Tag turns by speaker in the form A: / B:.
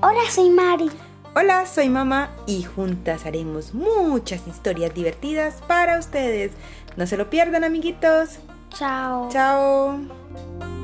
A: Hola, soy Mari.
B: Hola, soy mamá y juntas haremos muchas historias divertidas para ustedes. No se lo pierdan, amiguitos.
A: Chao.
B: Chao.